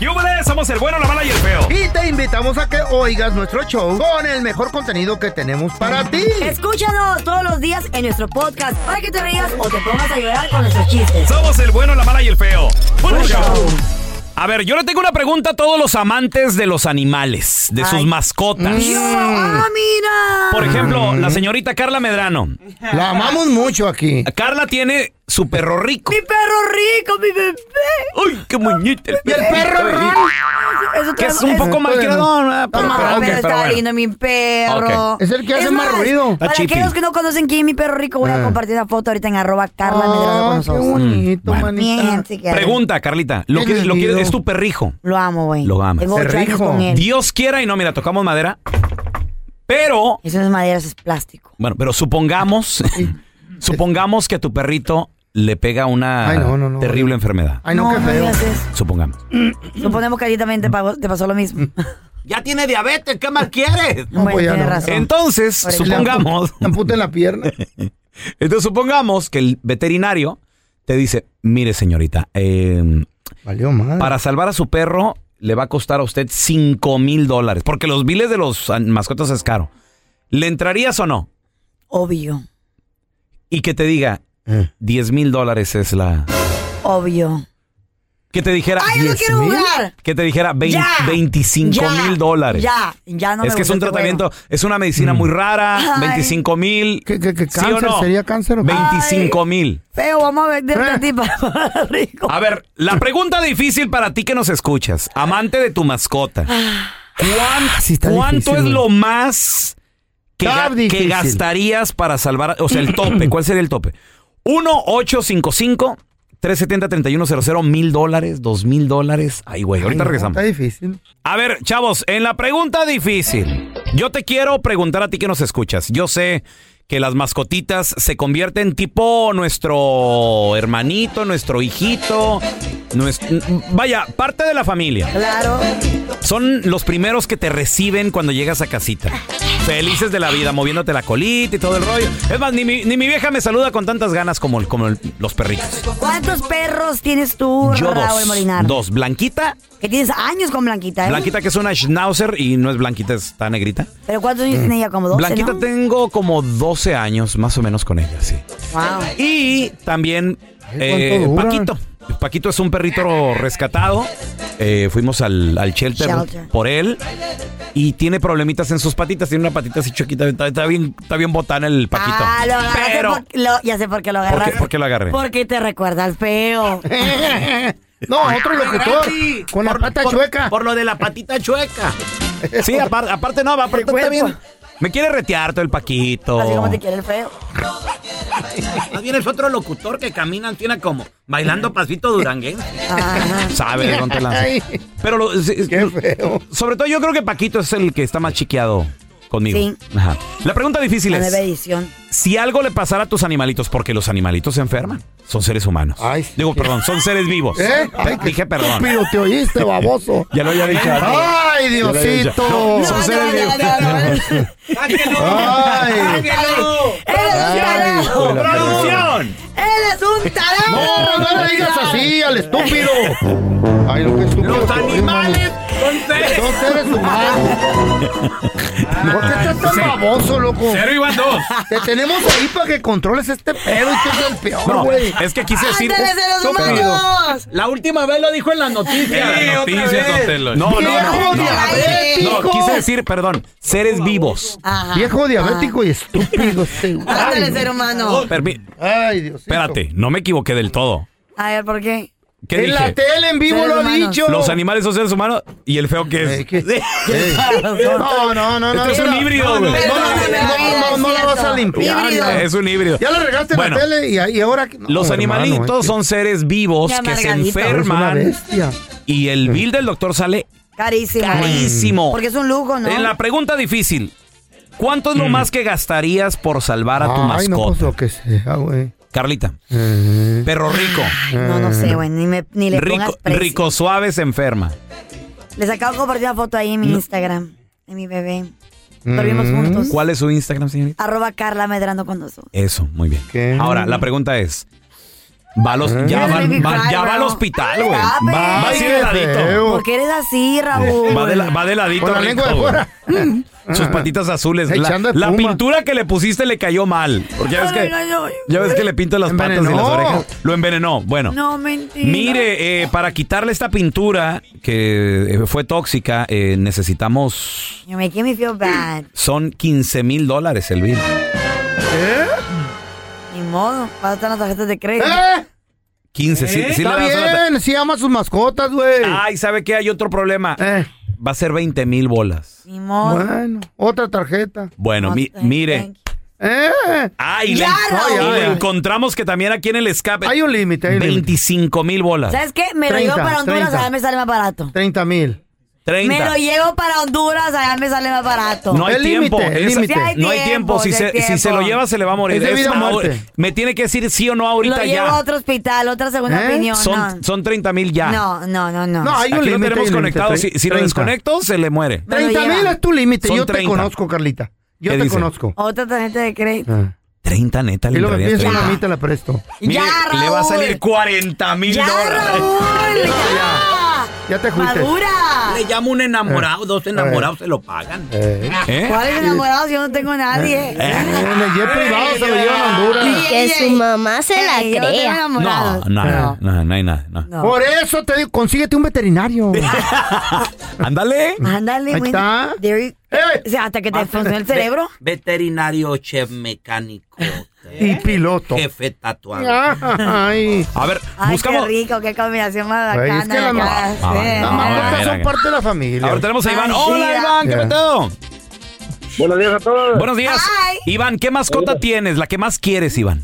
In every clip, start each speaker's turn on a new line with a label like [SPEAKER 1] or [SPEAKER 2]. [SPEAKER 1] ¡Yúbales! Somos el bueno, la mala y el feo.
[SPEAKER 2] Y te invitamos a que oigas nuestro show con el mejor contenido que tenemos para ti.
[SPEAKER 3] Escúchanos todos los días en nuestro podcast para que te rías o te pongas a llorar con nuestros chistes.
[SPEAKER 1] Somos el bueno, la mala y el feo. ¡Bueno show! A ver, yo le tengo una pregunta a todos los amantes de los animales, de sus mascotas.
[SPEAKER 2] Mm.
[SPEAKER 3] Yo, ¡Ah, mira!
[SPEAKER 1] Por ejemplo, la señorita Carla Medrano.
[SPEAKER 2] La amamos mucho aquí.
[SPEAKER 1] Carla tiene su perro rico.
[SPEAKER 3] ¡Mi perro rico, mi bebé!
[SPEAKER 1] ¡Ay, qué muñeca! El
[SPEAKER 2] el perro
[SPEAKER 3] Eso
[SPEAKER 1] Que
[SPEAKER 3] todo-
[SPEAKER 1] es un poco
[SPEAKER 2] eso-
[SPEAKER 1] mal creador.
[SPEAKER 3] No,
[SPEAKER 1] Pero, pero,
[SPEAKER 3] mames,
[SPEAKER 1] ok, pero
[SPEAKER 3] Ah, está
[SPEAKER 1] bueno.
[SPEAKER 3] lindo mi perro.
[SPEAKER 2] Es el que hace más ruido.
[SPEAKER 3] Para
[SPEAKER 1] Está chiqui.
[SPEAKER 3] aquellos que no conocen quién es mi perro rico, voy a compartir esa foto ahorita en arroba carla Medrano con
[SPEAKER 2] Ah, qué
[SPEAKER 3] nosotros.
[SPEAKER 2] bonito,
[SPEAKER 1] Bueno.
[SPEAKER 2] manita.
[SPEAKER 3] Bien, sí
[SPEAKER 4] Eh,
[SPEAKER 3] que-
[SPEAKER 1] Pregunta, Carlita. ¿Lo
[SPEAKER 2] Qué
[SPEAKER 1] que, lo
[SPEAKER 2] lindo.
[SPEAKER 1] que- es tu perrijo?
[SPEAKER 3] Lo amo, güey.
[SPEAKER 1] Lo amas.
[SPEAKER 3] Tengo ocho años
[SPEAKER 2] Perrijo.
[SPEAKER 3] con él.
[SPEAKER 1] Dios quiera y no, mira, tocamos madera. Pero,
[SPEAKER 3] Eso no es madera, eso es plástico.
[SPEAKER 1] bueno, pero supongamos, supongamos que a tu perrito le pega una
[SPEAKER 2] Ay, no, no, no.
[SPEAKER 1] terrible enfermedad.
[SPEAKER 2] Ay, no, qué
[SPEAKER 3] no
[SPEAKER 2] feo.
[SPEAKER 3] digas eso.
[SPEAKER 1] Supongamos.
[SPEAKER 3] Mm. Suponemos que a ti también te, pagó- te pasó lo mismo.
[SPEAKER 1] Mm. Ya tiene diabetes, ¿qué más quieres?
[SPEAKER 2] No, pues ya
[SPEAKER 3] tienes
[SPEAKER 2] no.
[SPEAKER 3] razón.
[SPEAKER 1] Entonces,
[SPEAKER 3] Por ejemplo.
[SPEAKER 1] supongamos,
[SPEAKER 2] Te amputen la pierna.
[SPEAKER 1] entonces supongamos que el veterinario te dice, mire señorita, eh,
[SPEAKER 2] Valió mal.
[SPEAKER 1] para salvar a su perro le va a costar a usted 5 mil dólares, porque los biles de los ah, mascotas es caro. ¿Le entrarías o no?
[SPEAKER 3] Obvio,
[SPEAKER 1] Y que te diga,
[SPEAKER 2] Eh.
[SPEAKER 1] 10 mil dólares es la...
[SPEAKER 3] obvio.
[SPEAKER 1] Que te dijera...
[SPEAKER 3] ¡Ay, yo no
[SPEAKER 1] 10,000?
[SPEAKER 3] quiero jugar!
[SPEAKER 1] Que te dijera vein-
[SPEAKER 3] Ya.
[SPEAKER 1] 25
[SPEAKER 3] Ya,
[SPEAKER 1] mil dólares.
[SPEAKER 3] Ya, ya no me
[SPEAKER 1] es que es
[SPEAKER 3] gusta
[SPEAKER 1] un
[SPEAKER 3] este
[SPEAKER 1] tratamiento, es una medicina muy rara,
[SPEAKER 3] Ay.
[SPEAKER 1] 25 mil.
[SPEAKER 2] Mm. ¿Qué, qué, qué
[SPEAKER 1] ¿Sí
[SPEAKER 2] cáncer?
[SPEAKER 1] o no?
[SPEAKER 2] ¿Sería cáncer o qué?
[SPEAKER 1] 25 mil.
[SPEAKER 3] juego. Feo, vamos a ver de
[SPEAKER 2] Eh.
[SPEAKER 3] este tipo. rico.
[SPEAKER 1] A ver, la pregunta difícil para ti que nos escuchas, amante de tu mascota.
[SPEAKER 3] Ah.
[SPEAKER 1] ¿Cuán-
[SPEAKER 2] Ah, sí está
[SPEAKER 1] ¿Cuánto
[SPEAKER 2] difícil,
[SPEAKER 1] es
[SPEAKER 2] güey.
[SPEAKER 1] lo más que,
[SPEAKER 2] Está
[SPEAKER 1] ga- que
[SPEAKER 2] difícil.
[SPEAKER 1] gastarías para salvar, o sea, el tope? ¿Cuál sería el tope? 1-855. 370-3100, mil dólares, dos mil dólares. Ay, güey, ahorita
[SPEAKER 2] No,
[SPEAKER 1] regresamos.
[SPEAKER 2] Está difícil.
[SPEAKER 1] A ver, chavos, en la pregunta difícil, yo te quiero preguntar a ti que nos escuchas. Yo sé que las mascotitas se convierten tipo nuestro hermanito, nuestro hijito, nues- vaya, parte de la familia.
[SPEAKER 3] Claro.
[SPEAKER 1] Son los primeros que te reciben cuando llegas a casita. Felices de la vida, moviéndote la colita y todo el rollo. Es más, ni mi, ni mi vieja me saluda con tantas ganas como, el- como el- los perritos.
[SPEAKER 3] ¿Cuántos perros tienes tú,
[SPEAKER 1] Yo
[SPEAKER 3] Raúl Molinar?
[SPEAKER 1] dos, dos, Blanquita,
[SPEAKER 3] Que tienes años con Blanquita, ¿eh?
[SPEAKER 1] Blanquita que es una schnauzer y no es Blanquita, está negrita.
[SPEAKER 3] ¿Pero cuántos años tiene ella? ¿Como 12,
[SPEAKER 1] Mm. Blanquita
[SPEAKER 3] ¿no?
[SPEAKER 1] tengo como 12 años más o menos con ella, sí.
[SPEAKER 3] Wow.
[SPEAKER 1] Y también
[SPEAKER 2] Ay,
[SPEAKER 1] eh,
[SPEAKER 2] ¿cuánto dura?
[SPEAKER 1] Paquito. Paquito es un perrito rescatado. Eh, fuimos al, al shelter,
[SPEAKER 3] Shelter.
[SPEAKER 1] por él y tiene problemitas en sus patitas. Tiene una patita así chiquita. Está, está bien, está bien botana el Paquito.
[SPEAKER 3] Ah, pues, lo agarraste
[SPEAKER 1] Pero,
[SPEAKER 3] por- lo- ya sé por qué lo
[SPEAKER 1] qué-
[SPEAKER 3] agarraste.
[SPEAKER 1] por qué lo agarré?
[SPEAKER 3] Porque te recuerda al feo.
[SPEAKER 2] No, otro locutor. Con la pata chueca.
[SPEAKER 1] Por lo de la patita chueca.
[SPEAKER 3] pues,
[SPEAKER 1] Sí, apar- aparte no, aparte está bien. Me quiere retear todo el Paquito.
[SPEAKER 3] Así como te quiere el feo.
[SPEAKER 1] Más bien es otro locutor que camina, tiene como bailando pasito duranguense.
[SPEAKER 3] Ajá.
[SPEAKER 1] Sabe de dónde lanza.
[SPEAKER 2] Ay,
[SPEAKER 1] Pero lo- es- es-
[SPEAKER 2] qué feo.
[SPEAKER 1] sobre todo yo creo que Paquito es el que está más chiqueado. conmigo.
[SPEAKER 3] Sí.
[SPEAKER 1] Ajá. La pregunta difícil
[SPEAKER 3] La
[SPEAKER 1] es,
[SPEAKER 3] nueva edición.
[SPEAKER 1] si algo le pasara a tus animalitos, porque los animalitos se enferman, son seres humanos.
[SPEAKER 2] Ay.
[SPEAKER 1] Digo, perdón, son seres vivos.
[SPEAKER 2] ¿Eh? Ay,
[SPEAKER 1] Pe-
[SPEAKER 2] qué
[SPEAKER 1] Dije perdón.
[SPEAKER 2] estúpido te oíste, baboso.
[SPEAKER 1] Ya lo había dicho.
[SPEAKER 2] Ay, Diosito.
[SPEAKER 3] No, no, no, no, no, no.
[SPEAKER 2] Ay.
[SPEAKER 3] ¡Eres un tarado!
[SPEAKER 1] ¡Producción!
[SPEAKER 3] ¡Eres un
[SPEAKER 2] No,
[SPEAKER 3] tarado!
[SPEAKER 2] no le digas así al estúpido. Ay, lo que estúpido.
[SPEAKER 1] ¡Los
[SPEAKER 2] te oí,
[SPEAKER 1] animales son
[SPEAKER 2] mano.
[SPEAKER 1] seres!
[SPEAKER 2] Son seres humanos. ¿Por qué estás tan
[SPEAKER 1] Sí.
[SPEAKER 2] baboso, loco?
[SPEAKER 1] ¡Cero y van dos!
[SPEAKER 2] Te tenemos ahí para que controles este pedo y tú eres el peor,
[SPEAKER 1] No,
[SPEAKER 2] güey.
[SPEAKER 1] es que quise decir...
[SPEAKER 3] ¡Antes de los
[SPEAKER 2] Estúpido.
[SPEAKER 3] humanos!
[SPEAKER 5] La última vez lo dijo en las noticias.
[SPEAKER 1] En las noticias, don Telo. No, no,
[SPEAKER 2] ¡Viejo
[SPEAKER 1] no, no.
[SPEAKER 2] diabético!
[SPEAKER 1] No, quise decir, perdón, seres vivos.
[SPEAKER 3] Ajá.
[SPEAKER 2] Viejo diabético y estúpido este güey.
[SPEAKER 3] ¡Ándale, ser humano!
[SPEAKER 1] Permi-
[SPEAKER 2] Ay, Dios.
[SPEAKER 1] Espérate, no me equivoqué del todo.
[SPEAKER 3] A ver, ¿por qué?
[SPEAKER 1] ¿Qué
[SPEAKER 2] en
[SPEAKER 1] dije?
[SPEAKER 2] la tele en vivo
[SPEAKER 3] Seres
[SPEAKER 2] lo ha
[SPEAKER 3] humanos.
[SPEAKER 2] dicho.
[SPEAKER 1] Los animales son seres humanos y el feo que es.
[SPEAKER 2] Eh, ¿qué? Eh. No, no, no, no.
[SPEAKER 1] Este es un
[SPEAKER 2] mira,
[SPEAKER 1] híbrido,
[SPEAKER 2] no, no,
[SPEAKER 1] güey.
[SPEAKER 2] no, no,
[SPEAKER 3] Perdóname,
[SPEAKER 2] no, no,
[SPEAKER 3] es
[SPEAKER 2] no la
[SPEAKER 3] cierto.
[SPEAKER 2] vas a limpiar.
[SPEAKER 3] Híbrido.
[SPEAKER 2] Ya,
[SPEAKER 1] Es un híbrido.
[SPEAKER 2] Ya la regaste en
[SPEAKER 1] Bueno,
[SPEAKER 2] la tele y, y ahora. no,
[SPEAKER 1] Los
[SPEAKER 2] hermano,
[SPEAKER 1] animalitos
[SPEAKER 2] es
[SPEAKER 1] son seres vivos
[SPEAKER 3] Qué
[SPEAKER 1] que se
[SPEAKER 3] amargadito.
[SPEAKER 2] que eres una
[SPEAKER 1] enferman
[SPEAKER 2] bestia.
[SPEAKER 1] y el bill del doctor sale
[SPEAKER 3] Carísimo.
[SPEAKER 1] carísimo.
[SPEAKER 3] Porque es un lujo, ¿no?
[SPEAKER 1] En la pregunta difícil, ¿cuánto es lo más que gastarías por salvar a tu
[SPEAKER 2] Mm. Ay, no, pues
[SPEAKER 1] mascota?
[SPEAKER 2] lo que sea, güey.
[SPEAKER 1] Carlita,
[SPEAKER 2] Eh,
[SPEAKER 1] perro rico,
[SPEAKER 3] No, no sé, güey. Ni, me- ni le pongas
[SPEAKER 1] rico,
[SPEAKER 3] precio.
[SPEAKER 1] rico suave se enferma.
[SPEAKER 3] Les acabo de compartir una foto ahí en mi Instagram. De mi bebé. Dormimos
[SPEAKER 2] Mm.
[SPEAKER 3] juntos.
[SPEAKER 1] ¿Cuál es su Instagram, señorita?
[SPEAKER 3] Arroba Carla Medrano con dos. O's.
[SPEAKER 1] Eso, muy bien.
[SPEAKER 2] ¿Qué?
[SPEAKER 1] Ahora, la pregunta es, va a los-
[SPEAKER 2] Eh.
[SPEAKER 1] ya,
[SPEAKER 3] Don't
[SPEAKER 1] va,
[SPEAKER 3] make me
[SPEAKER 1] va-
[SPEAKER 3] cry,
[SPEAKER 1] ya va al
[SPEAKER 3] bro.
[SPEAKER 1] hospital, güey.
[SPEAKER 3] Stop it.
[SPEAKER 1] Va así de
[SPEAKER 2] qué
[SPEAKER 1] ladito.
[SPEAKER 2] feo.
[SPEAKER 3] pues. ¿Por qué eres así, Raúl?
[SPEAKER 1] Va de, la- va de ladito
[SPEAKER 2] Con la
[SPEAKER 1] rico,
[SPEAKER 2] lengua de
[SPEAKER 1] güey.
[SPEAKER 2] fuera.
[SPEAKER 1] Sus patitas azules. La,
[SPEAKER 2] Echando
[SPEAKER 1] la
[SPEAKER 2] espuma.
[SPEAKER 1] pintura que le pusiste le cayó mal. Porque ya ves que,
[SPEAKER 3] Ay, no, no.
[SPEAKER 1] ya ves que le pinta las patas y las
[SPEAKER 2] Envenenó.
[SPEAKER 1] orejas. Lo envenenó. Bueno.
[SPEAKER 3] No, mentira.
[SPEAKER 1] Mire, eh, para quitarle esta pintura que eh, fue tóxica, eh, necesitamos.
[SPEAKER 3] You make me feel bad.
[SPEAKER 1] Son 15 mil dólares el bill.
[SPEAKER 3] Ni modo. Vas a estar las tarjetas de crédito.
[SPEAKER 2] ¿Eh?
[SPEAKER 1] 15, sí, sí le
[SPEAKER 2] Está
[SPEAKER 1] das una ta-
[SPEAKER 2] bien, sí ama a sus mascotas, güey.
[SPEAKER 1] Ay, ¿sabe qué? Hay otro problema.
[SPEAKER 2] Eh,
[SPEAKER 1] Va a ser 20 mil bolas.
[SPEAKER 3] Ni modo.
[SPEAKER 2] bueno, otra tarjeta.
[SPEAKER 1] Bueno, mi-
[SPEAKER 3] Thank-
[SPEAKER 1] mire.
[SPEAKER 3] thank
[SPEAKER 2] Eh,
[SPEAKER 1] Ay, le,
[SPEAKER 3] Ya,
[SPEAKER 1] y
[SPEAKER 3] Raúl.
[SPEAKER 1] le encontramos que también aquí en el escape.
[SPEAKER 2] hay un límite, hay un límite.
[SPEAKER 1] 25 mil bolas.
[SPEAKER 3] ¿Sabes qué? Me lo llevo
[SPEAKER 2] 30,
[SPEAKER 3] para Honduras,
[SPEAKER 2] 30.
[SPEAKER 3] allá me sale más barato.
[SPEAKER 2] 30 mil.
[SPEAKER 1] 30.
[SPEAKER 3] Me lo llevo para Honduras, allá me sale más barato.
[SPEAKER 1] No hay
[SPEAKER 2] El
[SPEAKER 1] tiempo.
[SPEAKER 2] límite, el
[SPEAKER 1] esa-
[SPEAKER 2] límite. Sí
[SPEAKER 3] hay
[SPEAKER 1] no hay tiempo.
[SPEAKER 3] tiempo,
[SPEAKER 1] Si
[SPEAKER 3] sí
[SPEAKER 1] se,
[SPEAKER 3] hay
[SPEAKER 1] si se
[SPEAKER 3] tiempo.
[SPEAKER 1] lo lleva, se le va a morir.
[SPEAKER 2] Es de vida o
[SPEAKER 1] ahora-
[SPEAKER 2] muerte.
[SPEAKER 1] Me tiene que decir sí o no
[SPEAKER 3] lo
[SPEAKER 1] ahorita
[SPEAKER 3] llevo a
[SPEAKER 1] ya.
[SPEAKER 3] otro hospital, otra segunda
[SPEAKER 2] ¿Eh?
[SPEAKER 3] opinión.
[SPEAKER 1] Son,
[SPEAKER 3] no.
[SPEAKER 1] son 30 mil ya.
[SPEAKER 3] no, no, no, no.
[SPEAKER 2] No, hay un
[SPEAKER 1] Aquí lo
[SPEAKER 2] límite,
[SPEAKER 1] tenemos
[SPEAKER 2] hay un límite,
[SPEAKER 1] conectado. Si, si lo
[SPEAKER 2] 30.
[SPEAKER 1] desconecto, se le muere.
[SPEAKER 3] Me lo
[SPEAKER 2] 30 mil
[SPEAKER 3] lleva.
[SPEAKER 2] es tu límite.
[SPEAKER 1] Son
[SPEAKER 2] Yo te
[SPEAKER 1] 30.
[SPEAKER 2] conozco, Carlita. Yo
[SPEAKER 1] ¿Qué
[SPEAKER 2] te
[SPEAKER 1] dice?
[SPEAKER 2] conozco.
[SPEAKER 3] Otra tarjeta de crédito.
[SPEAKER 2] Ah.
[SPEAKER 1] 30 neta
[SPEAKER 2] Y
[SPEAKER 1] le
[SPEAKER 2] lo que
[SPEAKER 1] entraría
[SPEAKER 2] pienso,
[SPEAKER 1] a
[SPEAKER 2] la
[SPEAKER 1] 30.
[SPEAKER 2] mí te la presto.
[SPEAKER 1] Mire,
[SPEAKER 3] ya, Raúl.
[SPEAKER 1] le va a salir 40 mil
[SPEAKER 3] Ya,
[SPEAKER 1] dólares.
[SPEAKER 3] Raúl. Ya.
[SPEAKER 2] Ya te fuiste.
[SPEAKER 3] Madura.
[SPEAKER 5] Le llamo un enamorado, dos enamorados se lo pagan.
[SPEAKER 2] Eh,
[SPEAKER 1] ¿Eh?
[SPEAKER 3] ¿Cuál es enamorado si yo no tengo nadie?
[SPEAKER 2] en el jet privado se lo llevan a Honduras.
[SPEAKER 6] Que su mamá se la
[SPEAKER 3] Ey, yo no tengo
[SPEAKER 6] crea.
[SPEAKER 1] No,
[SPEAKER 3] enamorados.
[SPEAKER 1] no, no, no, no hay nada. no.
[SPEAKER 3] No.
[SPEAKER 2] Por eso te digo, consíguete un veterinario.
[SPEAKER 1] Ándale.
[SPEAKER 3] Ándale,
[SPEAKER 2] Ahí
[SPEAKER 3] güey.
[SPEAKER 2] está.
[SPEAKER 3] There you-
[SPEAKER 2] ¡Eh!
[SPEAKER 3] O sea, hasta que te funcione el cerebro.
[SPEAKER 5] Veterinario, chef mecánico,
[SPEAKER 2] Y piloto.
[SPEAKER 5] jefe tatuado.
[SPEAKER 2] Ay.
[SPEAKER 1] A ver,
[SPEAKER 3] Ay,
[SPEAKER 1] buscamos. Ah,
[SPEAKER 3] qué rico, qué combinación más
[SPEAKER 2] Güey,
[SPEAKER 3] bacana.
[SPEAKER 2] es que la
[SPEAKER 3] ya
[SPEAKER 2] ma-
[SPEAKER 3] sé.
[SPEAKER 1] ma- ma-
[SPEAKER 2] Las
[SPEAKER 1] ma- ma-
[SPEAKER 2] mascotas
[SPEAKER 1] mira,
[SPEAKER 2] son
[SPEAKER 1] que-
[SPEAKER 2] parte de la familia.
[SPEAKER 1] Ahora tenemos a Iván.
[SPEAKER 3] Ay,
[SPEAKER 1] Hola,
[SPEAKER 3] sí,
[SPEAKER 1] Iván, ¿qué
[SPEAKER 2] ya.
[SPEAKER 1] peteo?
[SPEAKER 4] Buenos días a todos. Uh.
[SPEAKER 1] Buenos días.
[SPEAKER 3] Ay.
[SPEAKER 1] Iván, ¿qué mascota tienes? La que más quieres, Iván.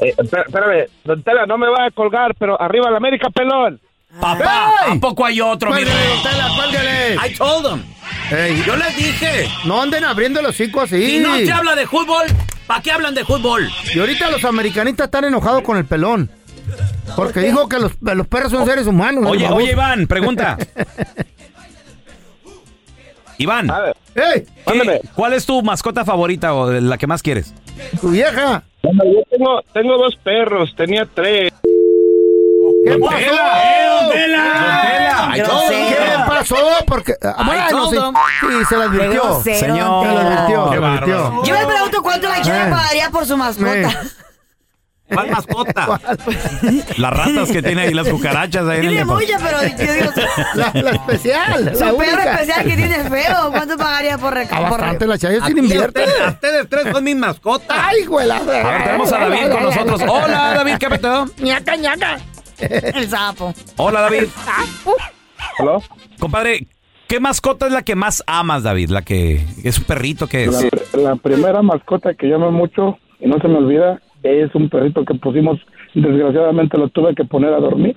[SPEAKER 4] Eh, espé- espérame, don Tela, no me va a colgar, pero arriba la América, pelón.
[SPEAKER 3] Ah.
[SPEAKER 1] Papá,
[SPEAKER 2] ¡Ey!
[SPEAKER 1] Ah, ¿a poco hay otro, mi
[SPEAKER 2] ¡Cuélguele,
[SPEAKER 1] rey?
[SPEAKER 2] don Tela, cuélguele!
[SPEAKER 5] I told them.
[SPEAKER 2] Ey,
[SPEAKER 5] Yo les dije.
[SPEAKER 2] No anden abriendo el hocico así.
[SPEAKER 5] Si no se habla de fútbol, ¿para qué hablan de fútbol?
[SPEAKER 2] Y ahorita los americanistas están enojados con el pelón. Porque dijo que los, los perros son seres humanos.
[SPEAKER 1] Oye,
[SPEAKER 2] baboso.
[SPEAKER 1] oye, Iván, pregunta. Iván,
[SPEAKER 4] A ver,
[SPEAKER 2] ¡Ey!
[SPEAKER 1] ¿qué-
[SPEAKER 4] mándeme.
[SPEAKER 1] ¿cuál es tu mascota favorita o de la que más quieres?
[SPEAKER 2] ¡Tu vieja!
[SPEAKER 4] bueno, yo tengo, tengo dos perros, tenía tres.
[SPEAKER 2] ¿Qué pasó?
[SPEAKER 1] Ay,
[SPEAKER 3] Yo
[SPEAKER 1] todo.
[SPEAKER 3] sé.
[SPEAKER 2] ¿Qué pasó? Porque. ah, Bueno, sí, sí, se la advirtió.
[SPEAKER 1] Señor.
[SPEAKER 3] grosero,
[SPEAKER 2] Se la
[SPEAKER 3] don Tela.
[SPEAKER 2] advirtió, se
[SPEAKER 1] Qué
[SPEAKER 2] la
[SPEAKER 1] bárbaro.
[SPEAKER 2] advirtió.
[SPEAKER 3] Yo me pregunto cuánto la chava
[SPEAKER 2] Eh.
[SPEAKER 3] pagaría por su mascota.
[SPEAKER 5] ¿Cuál mascota?
[SPEAKER 1] Las ratas que tiene ahí, las cucarachas ahí en el
[SPEAKER 3] Tiene
[SPEAKER 1] depo-
[SPEAKER 3] mucha, pero yo digo, su
[SPEAKER 2] La, la pues. especial. La
[SPEAKER 3] su perro
[SPEAKER 2] única.
[SPEAKER 3] especial que tiene es feo, ¿cuánto pagaría por
[SPEAKER 2] A
[SPEAKER 3] recapar?
[SPEAKER 2] bastante la chaya sin
[SPEAKER 5] Aquí
[SPEAKER 2] invierte.
[SPEAKER 5] ustedes, ustedes tres son mis mascotas.
[SPEAKER 2] ¡Ay, güey! la-
[SPEAKER 1] A ver, tenemos a David con nosotros. Hola, David, ¿qué peteo?
[SPEAKER 2] ¡Ñaca, ñaca!
[SPEAKER 3] El sapo.
[SPEAKER 1] Hola, David.
[SPEAKER 4] ¿Aló?
[SPEAKER 1] Compadre, ¿qué mascota es la que más amas, David? La que es un perrito que es.
[SPEAKER 4] La, la primera mascota que yo amo mucho y no se me olvida es un perrito que pusimos. Desgraciadamente lo tuve que poner a dormir.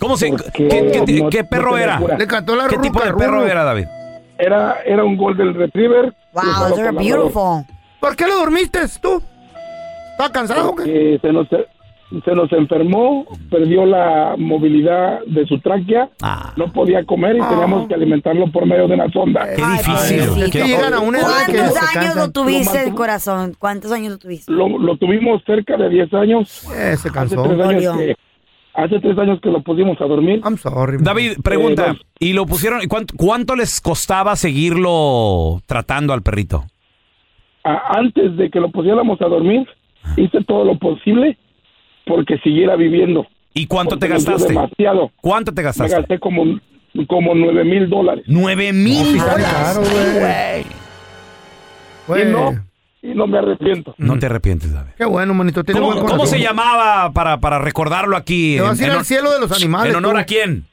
[SPEAKER 1] ¿Cómo se.?
[SPEAKER 4] Porque
[SPEAKER 1] ¿Qué, qué-
[SPEAKER 4] no-
[SPEAKER 1] qué
[SPEAKER 4] no
[SPEAKER 1] perro
[SPEAKER 4] tenía
[SPEAKER 1] era?
[SPEAKER 4] cura.
[SPEAKER 2] Le cantó la
[SPEAKER 1] ¿Qué tipo
[SPEAKER 2] ruca,
[SPEAKER 1] de perro
[SPEAKER 2] Rulo.
[SPEAKER 1] era, David?
[SPEAKER 4] era, era un golden retriever.
[SPEAKER 3] Wow, they're beautiful.
[SPEAKER 2] ¿Por qué lo dormiste tú? ¿Estás cansado? o qué?
[SPEAKER 4] Eh, se, nos, se nos enfermó, perdió la movilidad de su tráquea,
[SPEAKER 1] Ah.
[SPEAKER 4] no podía comer y teníamos que alimentarlo por medio de una sonda.
[SPEAKER 1] Qué
[SPEAKER 2] Ay,
[SPEAKER 1] difícil.
[SPEAKER 2] Dios.
[SPEAKER 1] Qué-
[SPEAKER 2] Es que llegan a una edad que
[SPEAKER 3] ¿Cuántos
[SPEAKER 2] se
[SPEAKER 3] años lo
[SPEAKER 2] cansan.
[SPEAKER 3] tuviste, el corazón? ¿Cuántos años lo tuviste?
[SPEAKER 4] Lo, lo tuvimos cerca de 10 años.
[SPEAKER 2] Eh, se
[SPEAKER 4] Hace
[SPEAKER 2] cansó.
[SPEAKER 4] tres
[SPEAKER 3] Dolió.
[SPEAKER 4] años, que, hace tres años que lo pusimos a dormir.
[SPEAKER 2] I'm sorry. man.
[SPEAKER 1] David, pregunta,
[SPEAKER 4] Eh,
[SPEAKER 1] ¿y lo pusieron? ¿cuánto, ¿Cuánto les costaba seguirlo tratando al perrito?
[SPEAKER 4] a- antes de que lo pusiéramos a dormir, hice todo lo posible porque siguiera viviendo.
[SPEAKER 1] ¿Y cuánto
[SPEAKER 4] Porque
[SPEAKER 1] te
[SPEAKER 4] me dio
[SPEAKER 1] gastaste?
[SPEAKER 4] Demasiado.
[SPEAKER 1] ¿Cuánto te
[SPEAKER 4] Me
[SPEAKER 1] gastaste?
[SPEAKER 4] gasté como, como 9 mil dólares.
[SPEAKER 1] Nueve
[SPEAKER 2] Sí,
[SPEAKER 1] mil
[SPEAKER 2] está
[SPEAKER 1] dólares.
[SPEAKER 2] caro, güey.
[SPEAKER 4] Y
[SPEAKER 2] Güey,
[SPEAKER 4] no, y no me arrepiento.
[SPEAKER 1] No te arrepientes, David.
[SPEAKER 2] Qué bueno, manito. tiene buen
[SPEAKER 1] ¿Cómo,
[SPEAKER 2] corazón.
[SPEAKER 1] cómo se llamaba para, para recordarlo aquí?
[SPEAKER 2] Te vas a ir
[SPEAKER 1] en-
[SPEAKER 2] al cielo de los animales.
[SPEAKER 1] ¿En honor
[SPEAKER 2] tú.
[SPEAKER 1] a quién?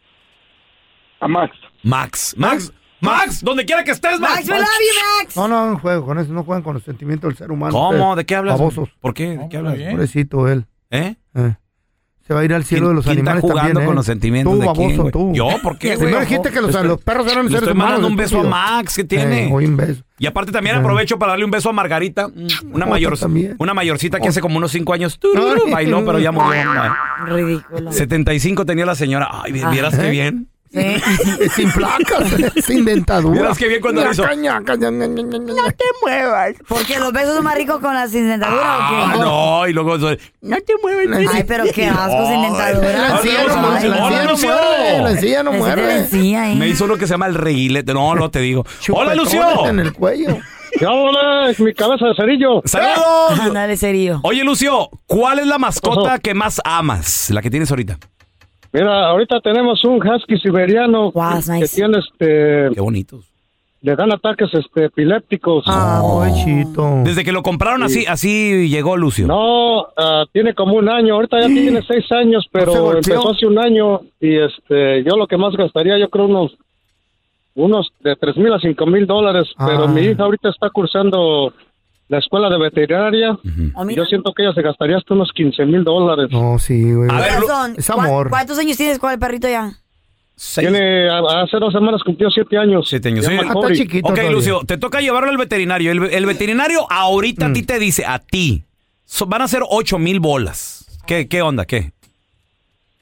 [SPEAKER 4] A Max.
[SPEAKER 1] Max. Max. Max, donde quiera que estés, Max.
[SPEAKER 3] Max, we love you, Max.
[SPEAKER 2] No, no, no juego con eso. No juegan con los sentimientos del ser humano.
[SPEAKER 1] ¿Cómo?
[SPEAKER 2] ustedes.
[SPEAKER 1] ¿De qué hablas?
[SPEAKER 2] Babosos.
[SPEAKER 1] ¿Por qué? ¿De qué hablas?
[SPEAKER 7] bien.
[SPEAKER 2] Pobrecito él.
[SPEAKER 1] ¿Eh?
[SPEAKER 2] Eh. Se va a ir al cielo
[SPEAKER 1] ¿Quién-
[SPEAKER 2] de los
[SPEAKER 1] quién está
[SPEAKER 2] animales
[SPEAKER 1] jugando
[SPEAKER 2] también,
[SPEAKER 1] con
[SPEAKER 2] eh?
[SPEAKER 1] los sentimientos
[SPEAKER 2] tú,
[SPEAKER 1] de
[SPEAKER 2] baboso,
[SPEAKER 1] quién, güey?
[SPEAKER 2] tú.
[SPEAKER 1] ¿Yo? ¿Por qué, güey?
[SPEAKER 2] Primero dijiste que los,
[SPEAKER 1] Estoy-
[SPEAKER 2] los perros eran
[SPEAKER 1] Le
[SPEAKER 2] seres
[SPEAKER 1] estoy
[SPEAKER 2] humanos.
[SPEAKER 1] mandando un beso a
[SPEAKER 2] estúpido.
[SPEAKER 1] Max, que tiene?
[SPEAKER 2] Eh, hoy un beso.
[SPEAKER 1] Y aparte también aprovecho para darle un beso a Margarita, mm, una
[SPEAKER 2] Otra
[SPEAKER 1] mayor,
[SPEAKER 2] también.
[SPEAKER 1] una mayorcita que hace como unos cinco años tururú,
[SPEAKER 2] Ay.
[SPEAKER 1] bailó, pero ya murió. ma.
[SPEAKER 3] Ridículo.
[SPEAKER 1] 75 tenía la señora. Ay, vi- vieras qué bien.
[SPEAKER 3] Sí.
[SPEAKER 2] Sin placas, sin inventadura.
[SPEAKER 1] Vieras qué bien cuando lo hizo.
[SPEAKER 2] No te muevas.
[SPEAKER 3] Porque los besos son más ricos con la sin dentadura,
[SPEAKER 1] Ah,
[SPEAKER 3] ¿o qué?
[SPEAKER 1] no, y luego soy-
[SPEAKER 2] No te muevas.
[SPEAKER 3] Ay, pero qué asco sin
[SPEAKER 2] La
[SPEAKER 3] dentadura.
[SPEAKER 2] encía no
[SPEAKER 1] Ay,
[SPEAKER 2] mueve,
[SPEAKER 1] ay,
[SPEAKER 2] la
[SPEAKER 1] ay,
[SPEAKER 2] encía no
[SPEAKER 1] ay,
[SPEAKER 3] Oh.
[SPEAKER 2] mueve, la encía no
[SPEAKER 3] Necesita la
[SPEAKER 2] mueve.
[SPEAKER 3] encía, ¿eh?
[SPEAKER 1] me hizo lo que se llama el reguilete. No, no te digo. Hola,
[SPEAKER 2] Chupetones
[SPEAKER 1] Lucio.
[SPEAKER 2] en el cuello.
[SPEAKER 4] mi cabeza de cerillo.
[SPEAKER 1] Saludos.
[SPEAKER 3] Ándale, serio.
[SPEAKER 1] Oye, Lucio, ¿cuál es la mascota que más amas? La que tienes ahorita.
[SPEAKER 4] Mira, ahorita tenemos un husky siberiano
[SPEAKER 3] Wow, it's nice.
[SPEAKER 4] este,
[SPEAKER 1] Qué bonitos. Oh.
[SPEAKER 4] le dan ataques este, epilépticos.
[SPEAKER 2] Ah, pobrecito.
[SPEAKER 1] Desde que lo compraron así, así llegó Lucio.
[SPEAKER 4] No, ah, tiene como un año, ahorita ya tiene seis años,
[SPEAKER 2] ¿Se
[SPEAKER 4] pero
[SPEAKER 2] golpeó?
[SPEAKER 4] empezó hace un año y este, yo lo que más gastaría, yo creo unos, unos de tres mil a cinco mil dólares,
[SPEAKER 2] Ah.
[SPEAKER 4] pero mi hija ahorita está cursando la escuela de veterinaria,
[SPEAKER 3] Oh,
[SPEAKER 4] y
[SPEAKER 3] mira.
[SPEAKER 4] yo siento que ella se gastaría hasta unos quince mil dólares.
[SPEAKER 2] No, Oh, sí, güey.
[SPEAKER 1] A ver,
[SPEAKER 3] Corazón,
[SPEAKER 2] es
[SPEAKER 3] ¿cuá-
[SPEAKER 2] amor.
[SPEAKER 3] ¿Cuántos años tienes con el perrito ya?
[SPEAKER 1] Seis-
[SPEAKER 4] Tiene, a- hace dos semanas cumplió siete años.
[SPEAKER 1] Siete años.
[SPEAKER 4] Se llama
[SPEAKER 1] Sí.
[SPEAKER 2] Ah, está
[SPEAKER 4] Cory.
[SPEAKER 2] chiquito.
[SPEAKER 1] Ok,
[SPEAKER 2] todavía.
[SPEAKER 1] Lucio, te toca llevarlo al veterinario. El, el veterinario ahorita a ti te dice, a ti, so- van a ser ocho mil bolas. ¿Qué, ¿Qué onda? ¿Qué?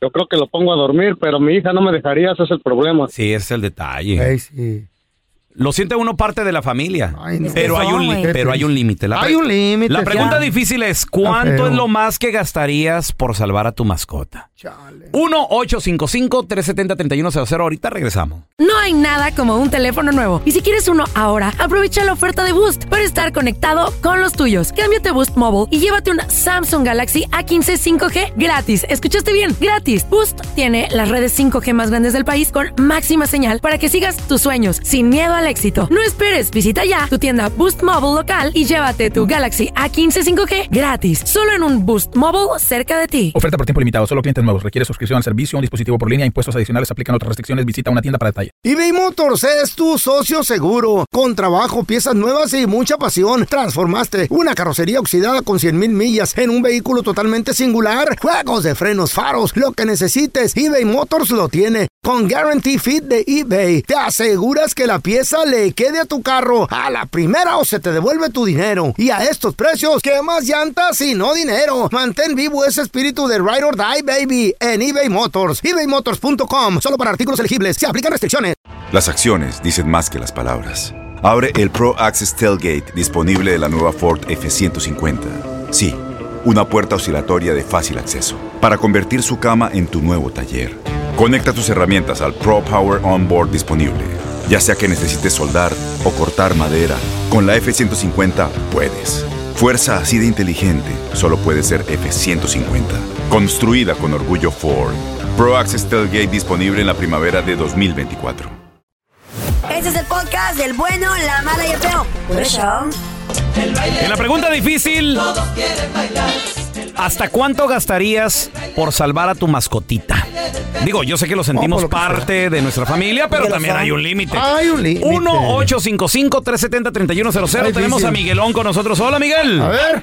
[SPEAKER 4] Yo creo que lo pongo a dormir, pero mi hija no me dejaría, ese es el problema.
[SPEAKER 1] Sí, ese es el detalle.
[SPEAKER 2] Ey, sí.
[SPEAKER 1] Lo siente uno parte de la familia.
[SPEAKER 2] Ay, no.
[SPEAKER 1] Pero,
[SPEAKER 3] Es que
[SPEAKER 1] hay un,
[SPEAKER 3] son,
[SPEAKER 1] li-
[SPEAKER 3] güey.
[SPEAKER 1] pero hay un límite. La pre-
[SPEAKER 2] Hay un límite.
[SPEAKER 1] La
[SPEAKER 2] sí.
[SPEAKER 1] pregunta difícil es, ¿cuánto
[SPEAKER 2] feo.
[SPEAKER 1] es lo más que gastarías por salvar a tu mascota?
[SPEAKER 2] Chale.
[SPEAKER 1] 1-855-370-3100. Ahorita regresamos.
[SPEAKER 8] No hay nada como un teléfono nuevo. Y si quieres uno ahora, aprovecha la oferta de Boost para estar conectado con los tuyos. Cámbiate a Boost Mobile y llévate una Samsung Galaxy A15 5G gratis. ¿Escuchaste bien? Gratis. Boost tiene las redes 5G más grandes del país con máxima señal para que sigas tus sueños sin miedo al éxito. No esperes, visita ya tu tienda Boost Mobile local y llévate tu Galaxy A15 5G gratis. Solo en un Boost Mobile cerca de ti.
[SPEAKER 7] Oferta por tiempo limitado, solo clientes nuevos. Requiere suscripción al servicio, un dispositivo por línea, impuestos adicionales, aplican otras restricciones. Visita una tienda para detalle.
[SPEAKER 2] eBay Motors es tu socio seguro. Con trabajo, piezas nuevas y mucha pasión, transformaste una carrocería oxidada con 100 mil millas en un vehículo totalmente singular. Juegos de frenos, faros, lo que necesites, eBay Motors lo tiene. Con Guarantee Fit de eBay, te aseguras que la pieza le quede a tu carro a la primera o se te devuelve tu dinero. Y a estos precios, ¿qué más llantas y no dinero? Mantén vivo ese espíritu de Ride or Die, baby, en eBay Motors. ebaymotors.com, solo para artículos elegibles. Se aplican restricciones.
[SPEAKER 9] Las acciones dicen más que las palabras. Abre el Pro Access Tailgate disponible de la nueva Ford F-150. Sí, una puerta oscilatoria de fácil acceso para convertir su cama en tu nuevo taller. Conecta tus herramientas al Pro Power Onboard disponible. Ya sea que necesites soldar o cortar madera, con la F-150 puedes. Fuerza así de inteligente solo puede ser F-150. Construida con orgullo Ford. Pro Access Tailgate disponible en la primavera de 2024.
[SPEAKER 3] Este es el podcast del bueno, la mala y el feo. Por eso,
[SPEAKER 1] En la pregunta difícil, ¿hasta cuánto gastarías por salvar a tu mascotita? Digo, yo sé que lo sentimos
[SPEAKER 2] por lo que
[SPEAKER 1] parte de nuestra familia, pero también hay un límite.
[SPEAKER 2] Hay un límite.
[SPEAKER 1] 1-855-370-3100. Tenemos a Miguelón con nosotros. Hola, Miguel.
[SPEAKER 2] A ver,